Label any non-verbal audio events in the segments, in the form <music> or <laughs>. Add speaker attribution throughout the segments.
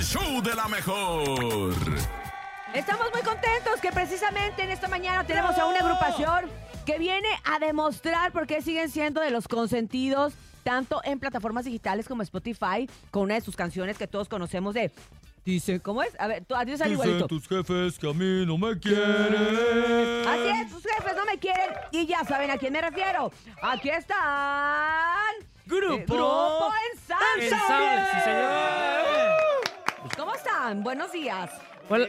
Speaker 1: show de la mejor.
Speaker 2: Estamos muy contentos que precisamente en esta mañana tenemos a una agrupación que viene a demostrar por qué siguen siendo de los consentidos tanto en plataformas digitales como Spotify con una de sus canciones que todos conocemos de Dice, ¿cómo es? A ver, tú, a ti te sale
Speaker 3: Dicen
Speaker 2: igualito.
Speaker 3: tus jefes que a mí no me quieren.
Speaker 2: Así es, sus jefes no me quieren y ya saben a quién me refiero. Aquí están.
Speaker 3: Grupo
Speaker 2: Grupo Ensamble.
Speaker 4: Ensamble, sí, señor.
Speaker 2: ¿Cómo están? Buenos días.
Speaker 4: Hola.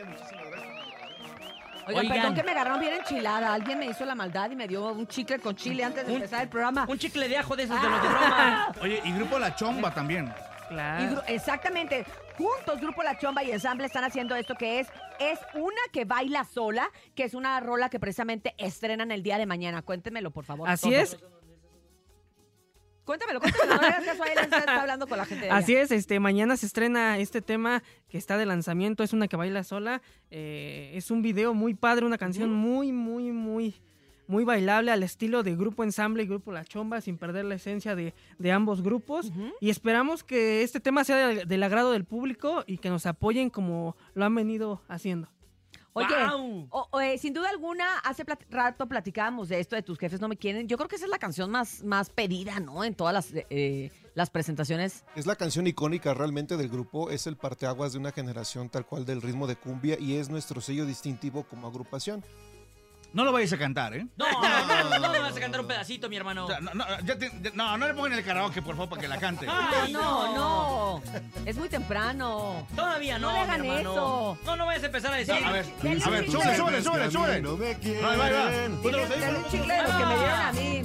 Speaker 2: Oigan,
Speaker 4: Oigan.
Speaker 2: perdón que me agarraron bien enchilada. Alguien me hizo la maldad y me dio un chicle con chile antes de
Speaker 4: Un-
Speaker 2: empezar el programa.
Speaker 4: Un chicle de ajo de esos de
Speaker 2: Ah.
Speaker 4: los Ah. de broma.
Speaker 5: Oye, y Grupo La Chomba también.
Speaker 2: Y
Speaker 4: Claro.
Speaker 2: gru- exactamente. Juntos, Grupo La Chomba y Ensamble están haciendo esto que es es una que baila sola, que es una rola que precisamente estrenan el día de mañana. Cuéntemelo, por favor.
Speaker 4: Así
Speaker 2: todo.
Speaker 4: es,
Speaker 2: Cuéntamelo, cuéntamelo. No le hagas caso a él, él está hablando con la gente de allá.
Speaker 4: así es, este, mañana se estrena este tema que está de lanzamiento, es una que baila sola, eh, es un video muy padre, una canción muy, muy, muy, muy bailable al estilo de Grupo Ensamble y Grupo La Chomba, sin perder la esencia de, de ambos grupos, y esperamos que este tema sea del, del agrado del público y que nos apoyen como lo han venido haciendo.
Speaker 2: Oye,
Speaker 4: ¡Guau!
Speaker 2: o- o, eh, sin duda alguna, hace plat- rato platicábamos de esto de tus jefes no me quieren. Yo creo que esa es la canción más, más pedida, ¿no? En todas las, eh, las presentaciones.
Speaker 6: Es la canción icónica realmente del grupo, es el parteaguas de una generación tal cual del ritmo de cumbia y es nuestro sello distintivo como agrupación.
Speaker 5: No lo vayas a cantar, ¿eh?
Speaker 7: No, no, no, no me vas a cantar un pedacito, mi hermano.
Speaker 5: O sea, no, no, ya te- ya- no, no le pongan el karaoke, por favor, para que la cante.
Speaker 7: Ay,
Speaker 2: no, no. Es muy temprano.
Speaker 7: Todavía
Speaker 2: No
Speaker 7: no,
Speaker 2: le
Speaker 7: mi
Speaker 2: hagan
Speaker 7: hermano.
Speaker 2: eso.
Speaker 7: No, no vayas a empezar a decir.
Speaker 5: A ver,
Speaker 2: Denle
Speaker 5: a
Speaker 2: un
Speaker 5: ver,
Speaker 2: chicle.
Speaker 5: súbele, súbele, súbele, súbele.
Speaker 8: No me quieren.
Speaker 5: Ahí va, ahí va. Ponte los
Speaker 2: Dale
Speaker 5: audífonos.
Speaker 2: un chicle de los que me dieron a mí.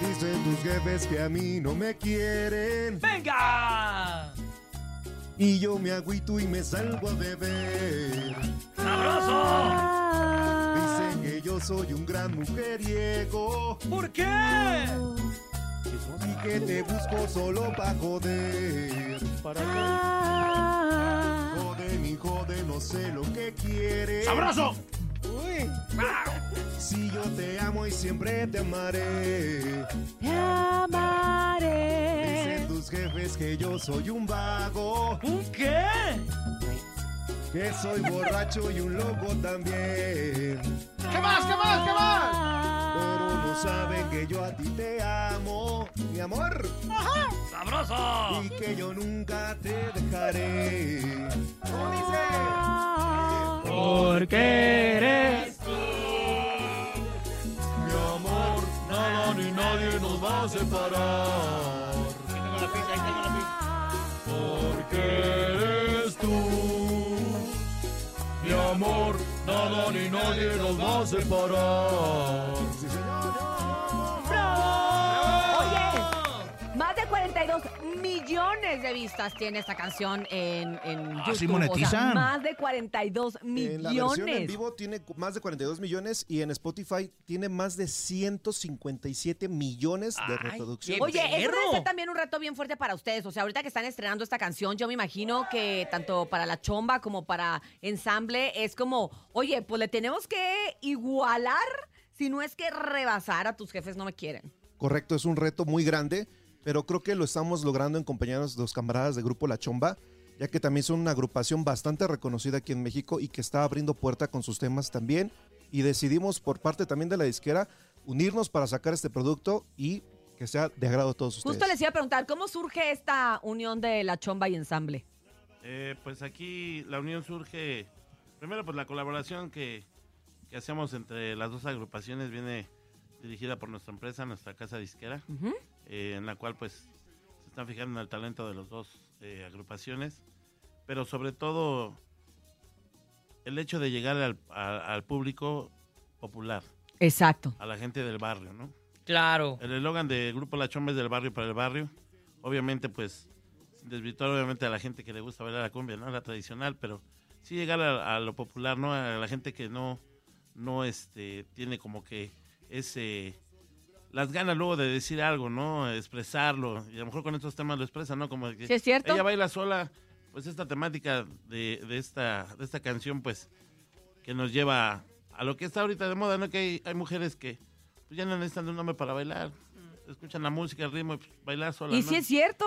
Speaker 8: Dicen tus jefes que a mí no me quieren.
Speaker 7: ¡Venga!
Speaker 8: Y yo me agüito y me salgo a beber.
Speaker 7: ¡Sabroso!
Speaker 8: Dicen que yo soy un gran mujeriego.
Speaker 7: ¿Por qué?
Speaker 8: Y que te busco solo pa' joder. Ah. Joden y joden, no sé lo que quieres.
Speaker 5: ¡Sabroso!
Speaker 8: Si yo te amo y siempre te amaré.
Speaker 2: Te amaré.
Speaker 8: Dicen tus jefes que yo soy un vago.
Speaker 7: ¿Un qué?
Speaker 8: Que soy borracho y un loco también.
Speaker 5: ¿Qué más, qué más, qué más?
Speaker 8: Pero no saben que yo a ti te amo, mi amor,
Speaker 7: ¡Sabroso!
Speaker 8: y que yo nunca te dejaré. ¿Cómo dice?
Speaker 4: Porque eres...
Speaker 8: Mi amor, nada ni nadie nos va a separar. Porque eres tú, mi amor, nada ni nadie nos va a separar. Sí, señor.
Speaker 2: Oye, más de 42 millones de vistas tiene esta canción en, en
Speaker 5: Ah,
Speaker 2: YouTube.
Speaker 5: sí
Speaker 2: O sea,
Speaker 5: monetizan.
Speaker 2: más de 42
Speaker 6: En la versión en
Speaker 2: millones.
Speaker 6: vivo tiene cu- más de 42 millones y en Spotify tiene más de 157 millones de reproducciones.
Speaker 2: Oye, eso debe
Speaker 7: perro!
Speaker 2: ser también un reto bien fuerte para ustedes. O sea, ahorita que están estrenando esta canción, yo me imagino que tanto para la chomba como para ensamble es como, oye, pues le tenemos que igualar, si no es que rebasar a tus jefes no me quieren.
Speaker 6: Correcto, es un reto muy grande, pero creo que lo estamos logrando en compañía de los camaradas de Grupo La Chomba, ya que también son una agrupación bastante reconocida aquí en México y que está abriendo puerta con sus temas también. Y decidimos por parte también de la disquera unirnos para sacar este producto y que sea de agrado a todos ustedes.
Speaker 2: Justo les iba a preguntar, ¿cómo surge esta unión de la chomba y ensamble?
Speaker 9: Eh, pues aquí la unión surge, primero por la colaboración que, que hacemos entre las dos agrupaciones, viene dirigida por nuestra empresa, nuestra casa disquera,
Speaker 2: Ujú.
Speaker 9: eh, en la cual pues se están fijando en el talento de las dos eh, agrupaciones, pero sobre todo el hecho de llegar al, a- al público popular,
Speaker 2: Exacto.
Speaker 9: a la gente del barrio, ¿no?
Speaker 4: Claro.
Speaker 9: El eslogan de Grupo La Chomba es del barrio para el barrio. Obviamente, pues, sin desvirtuar obviamente a la gente que le gusta bailar la cumbia, ¿no? La tradicional, pero sí llegar a, a lo popular, ¿no? A la gente que no, no, este, tiene como que ese... Las ganas luego de decir algo, ¿no? Expresarlo. Y a lo mejor con estos temas lo expresan, ¿no? Como que
Speaker 2: ¿Sí es cierto?
Speaker 9: ella baila sola, pues esta temática de, de esta, de esta canción, pues, que nos lleva a lo que está ahorita de moda, ¿no? Que hay, hay mujeres que pues, ya no necesitan de un hombre para bailar. escuchan la música, el ritmo, y pues, bailar sola.
Speaker 2: Mm. Y
Speaker 9: ¿no?
Speaker 2: si es cierto.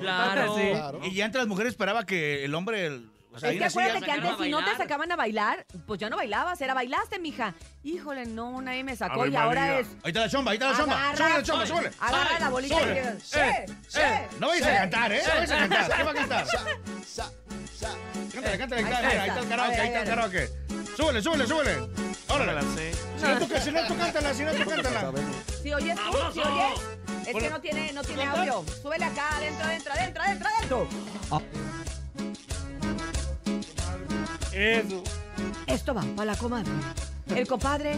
Speaker 4: Claro.
Speaker 5: Y ya entre las mujeres esperaba que el hombre. el- o sea,
Speaker 2: Es que
Speaker 5: ahí en la silla-
Speaker 2: acuérdate que
Speaker 7: sacaron
Speaker 2: antes
Speaker 7: a
Speaker 2: si no te
Speaker 7: bailar.
Speaker 2: sacaban a bailar, pues ya no bailabas, era bailaste, mija. Híjole, no, nadie me sacó
Speaker 9: Ave
Speaker 2: y ahora
Speaker 9: María.
Speaker 2: es.
Speaker 5: Ahí está la chomba, ahí está la chomba.
Speaker 2: Agarra,
Speaker 5: Súbele la chomba,
Speaker 7: sube,
Speaker 5: súbele.
Speaker 2: Agarra la bolita y
Speaker 5: sube,
Speaker 2: que-
Speaker 5: eh,
Speaker 2: ¡Sí!
Speaker 5: eh,
Speaker 2: ¡Sí!
Speaker 5: No vayas a
Speaker 2: ¡Sí!
Speaker 5: cantar, ¿eh? No vayas a cantar. ¿Qué va a cantar?
Speaker 2: está,
Speaker 5: Cántale, cántale, cántale. Mira,
Speaker 2: ahí
Speaker 5: Ahí está el
Speaker 2: está.
Speaker 5: karaoke,
Speaker 2: A ver,
Speaker 5: ahí está el karaoke. Súbele, súbele, súbele.
Speaker 9: Ahora
Speaker 5: Órale.
Speaker 9: la sé.
Speaker 5: Si no, tú, si no, tú cántala, si no, tú cántala.
Speaker 2: Si oyes tú, si oyes. Es que no tiene, no tiene audio. Súbele acá, adentro, adentro, adentro, adentro, adentro.
Speaker 5: Ah. Eso.
Speaker 2: Esto va para la comadre. El compadre.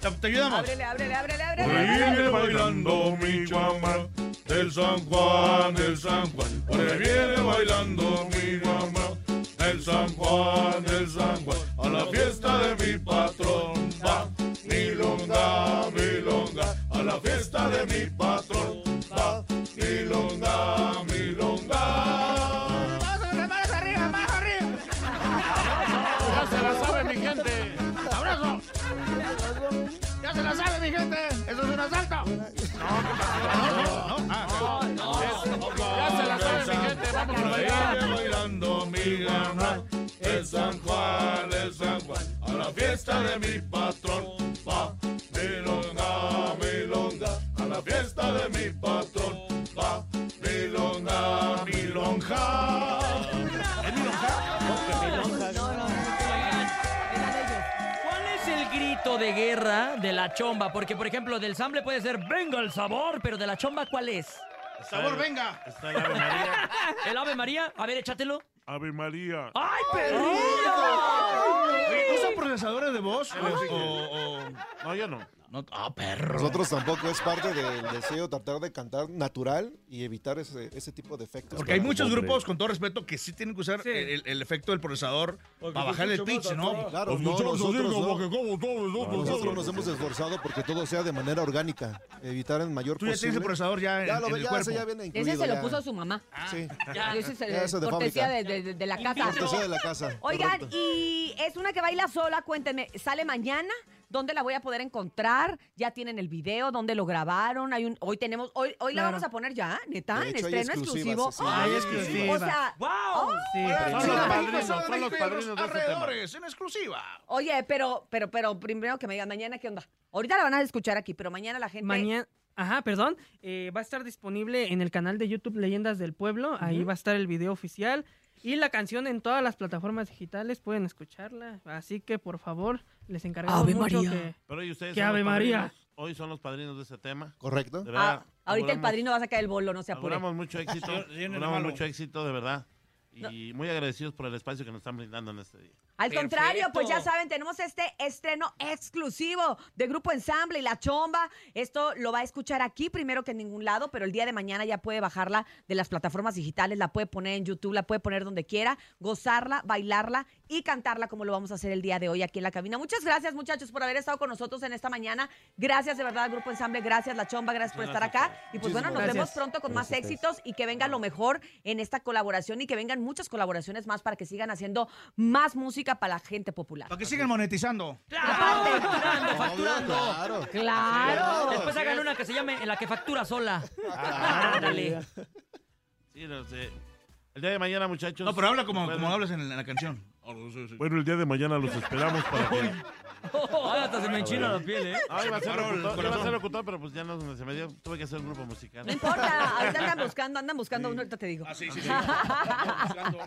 Speaker 5: Te, te ayudamos.
Speaker 2: Ábrele, ábrele, ábrele, ábrele. ábrele.
Speaker 8: viene bailando mi mamá del San Juan, del San Juan. Por ahí viene bailando mi mamá del San Juan, del San Juan. A la fiesta de mi patrón va milonga, milonga. A la fiesta de mi patrón va milonga, milonga.
Speaker 9: Ya se la sabe mi gente.
Speaker 5: Ya se la sabe, mi gente. Eso es un asalto. No, no, ah,
Speaker 9: Ya se la sabe mi gente. Vamos a bailar.
Speaker 8: Viene bailando mi mamá el San Juan, el San Juan. A la fiesta de mi patrón va milonga, milonga. A la fiesta de mi patrón va milonga, milonga.
Speaker 7: ¿Cuál es el grito de guerra de la chomba? Porque, por ejemplo, del sample puede ser venga el sabor, pero de la chomba, ¿cuál es?
Speaker 5: Sabor, venga.
Speaker 9: Está el Ave María.
Speaker 5: <laughs>
Speaker 7: ¿El Ave María? A ver, échatelo.
Speaker 9: Ave María.
Speaker 7: ¡Ay, perrillo!
Speaker 5: Oye, ¿Usan procesadores de voz? O, o- o-
Speaker 9: No, yo no.
Speaker 5: no- ah, perro.
Speaker 6: Nosotros tampoco es parte del deseo tratar de cantar natural y evitar ese, ese tipo de efectos.
Speaker 5: Porque hay
Speaker 6: Claro.
Speaker 5: muchos grupos, con todo respeto, que sí tienen que usar el, el efecto del procesador para bajar el pitch, ¿no?
Speaker 6: Claro, no, nosotros, no. pues Nosotros nos
Speaker 8: nosotros
Speaker 6: hemos esforzado porque todo sea de manera orgánica, evitar en mayor
Speaker 5: Tú ya tienes el procesador ya en,
Speaker 6: Ya lo
Speaker 5: en
Speaker 6: ve-
Speaker 5: el
Speaker 6: ya,
Speaker 5: cuerpo.
Speaker 6: ese ya viene incluido.
Speaker 2: Ese se lo
Speaker 6: ya.
Speaker 2: puso su mamá.
Speaker 6: Sí,
Speaker 7: Ya.
Speaker 2: Ese es eh,
Speaker 6: Ya, eso de
Speaker 2: cortesía de,
Speaker 6: fábrica.
Speaker 2: de- de la casa.
Speaker 6: cortesía de la casa.
Speaker 2: Oigan,
Speaker 6: correcto.
Speaker 2: y es una que baila sola, cuéntenme, ¿sale mañana? ¿Dónde la voy a poder encontrar? ¿Ya tienen el video? ¿Dónde lo grabaron? Hay un, hoy tenemos, hoy, hoy la
Speaker 4: Claro.
Speaker 2: vamos a poner ya, neta,
Speaker 6: De
Speaker 2: en
Speaker 6: hecho, hay
Speaker 2: estreno exclusivo.
Speaker 6: exclusivas, sí,
Speaker 2: ¡Ay!
Speaker 6: hay
Speaker 2: o
Speaker 4: exclusivas.
Speaker 2: sea, oh,
Speaker 7: ¡Wow!
Speaker 4: Sí,
Speaker 5: Ahora,
Speaker 9: Son los
Speaker 5: México,
Speaker 9: padrinos,
Speaker 5: son
Speaker 9: son los
Speaker 5: México y
Speaker 9: padrinos de este tema.
Speaker 5: alrededores, en exclusiva.
Speaker 2: oye, pero, pero, pero primero que me digan, mañana qué onda. Ahorita la van a escuchar aquí, pero mañana la gente.
Speaker 4: Mañana. Ajá, perdón. eh, va a estar disponible en el canal de YouTube Leyendas del Pueblo. Ahí va a estar el video oficial. Y la canción en todas las plataformas digitales pueden escucharla. Así que, por favor, les encargamos
Speaker 2: Ave
Speaker 4: mucho
Speaker 2: María.
Speaker 4: que...
Speaker 9: Pero hoy ustedes
Speaker 4: ¡Qué
Speaker 9: son los
Speaker 4: Ave María!
Speaker 9: padrinos. Hoy son los padrinos de este tema.
Speaker 6: Correcto.
Speaker 9: De
Speaker 2: Ah,
Speaker 9: verdad.
Speaker 2: ahorita el
Speaker 9: auguramos-
Speaker 2: padrino va a sacar el bolo, no se apure.
Speaker 5: <laughs>
Speaker 9: Auguramos mucho éxito.
Speaker 5: Yo- yo no
Speaker 9: auguramos
Speaker 5: malo.
Speaker 9: mucho éxito, de verdad. Y muy agradecidos por el espacio que nos están brindando en este día.
Speaker 2: Al
Speaker 7: Perfecto.
Speaker 2: contrario, pues ya saben, tenemos este estreno exclusivo de Grupo Ensamble y La Chomba. Esto lo va a escuchar aquí primero que en ningún lado, pero el día de mañana ya puede bajarla de las plataformas digitales, la puede poner en YouTube, la puede poner donde quiera, gozarla, bailarla y cantarla como lo vamos a hacer el día de hoy aquí en la cabina. Muchas gracias, muchachos, por haber estado con nosotros en esta mañana. Gracias de verdad, Grupo Ensamble, gracias La Chomba, gracias por estar acá. Y pues bueno, nos
Speaker 4: gracias.
Speaker 2: vemos pronto con más éxitos y que venga lo mejor en esta colaboración y que vengan muchas colaboraciones más para que sigan haciendo más música para la gente popular.
Speaker 5: Para que sigan monetizando.
Speaker 2: Aparte,
Speaker 7: Facturando, facturando.
Speaker 6: Claro.
Speaker 2: claro.
Speaker 7: Después hagan una que se llame La que factura sola. <laughs> Ándale.
Speaker 9: Sí, los, eh, el día de mañana, muchachos.
Speaker 5: No, pero habla como,
Speaker 9: Bueno,
Speaker 5: como hablas en, la- en la canción.
Speaker 9: Bueno, el día de mañana los esperamos para que...
Speaker 7: Ay, Oh, hasta se me enchina la piel, ¿eh?
Speaker 9: Ah, iba a ser
Speaker 5: Paró el
Speaker 9: locutor, iba a
Speaker 5: corazón.
Speaker 9: ser locutor, pero pues ya no se me dio. Tuve que hacer un grupo musical.
Speaker 2: No importa, ahorita andan buscando, andan buscando uno, ahorita te digo.
Speaker 5: Ah, sí, sí, sí. Buscando.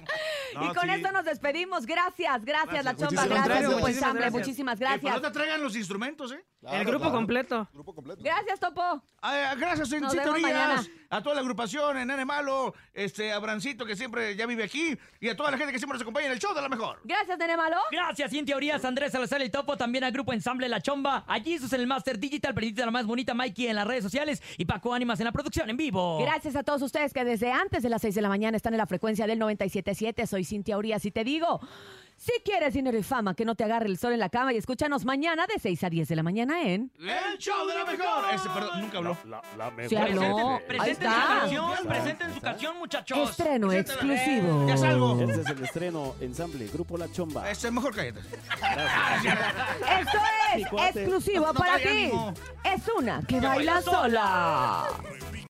Speaker 9: No,
Speaker 2: y con
Speaker 9: sí.
Speaker 2: esto nos despedimos. Gracias, gracias, la chompa. Gracias,
Speaker 6: Muchísimas
Speaker 4: gracias,
Speaker 2: Grupo
Speaker 4: muchísimas
Speaker 2: Ensamble.
Speaker 4: gracias.
Speaker 2: Muchísimas
Speaker 5: Eh, pero no
Speaker 2: gracias.
Speaker 5: te traigan los instrumentos, ¿eh?
Speaker 6: claro,
Speaker 4: el grupo
Speaker 6: claro.
Speaker 4: completo.
Speaker 6: Grupo completo.
Speaker 2: Gracias, Topo.
Speaker 5: Ah, eh, gracias, en
Speaker 2: Nos vemos mañana.
Speaker 5: Sintonías. A toda la agrupación, en Nene Malo, este, a Brancito, que siempre ya vive aquí, y a toda la gente que siempre nos acompaña en el show de la mejor.
Speaker 2: Gracias, Nene Malo.
Speaker 7: Gracias, Cintia Urias, Andrés Salazar, el Topo, también al Grupo Ensamble La Chomba, a Jesus en el Master Digital, Perdita la más bonita, Mikey en las redes sociales y Paco Ánimas en la producción en vivo.
Speaker 2: Gracias a todos ustedes que desde antes de las 6 de la mañana están en la frecuencia del 97.7. Soy Cintia Urias y te digo, Si quieres dinero y fama, que no te agarre el sol en la cama y escúchanos mañana de 6 a 10 de la mañana en...
Speaker 5: ¡El show de la mejor! Ese, perdón, nunca habló.
Speaker 2: Sí, habló.
Speaker 7: Presenten-
Speaker 2: Ahí
Speaker 7: Presenten su
Speaker 2: está.
Speaker 7: canción, presenten su canción, muchachos.
Speaker 2: Estreno
Speaker 5: Preséntala.
Speaker 2: exclusivo.
Speaker 5: Ya salgo.
Speaker 10: Este es el estreno ensamble Grupo La Chomba.
Speaker 5: Este, mejor cállate.
Speaker 2: Esto es exclusivo
Speaker 5: No, no
Speaker 2: para
Speaker 5: trae
Speaker 2: ti.
Speaker 5: ánimo.
Speaker 2: Es una que
Speaker 7: baila
Speaker 2: baila sola.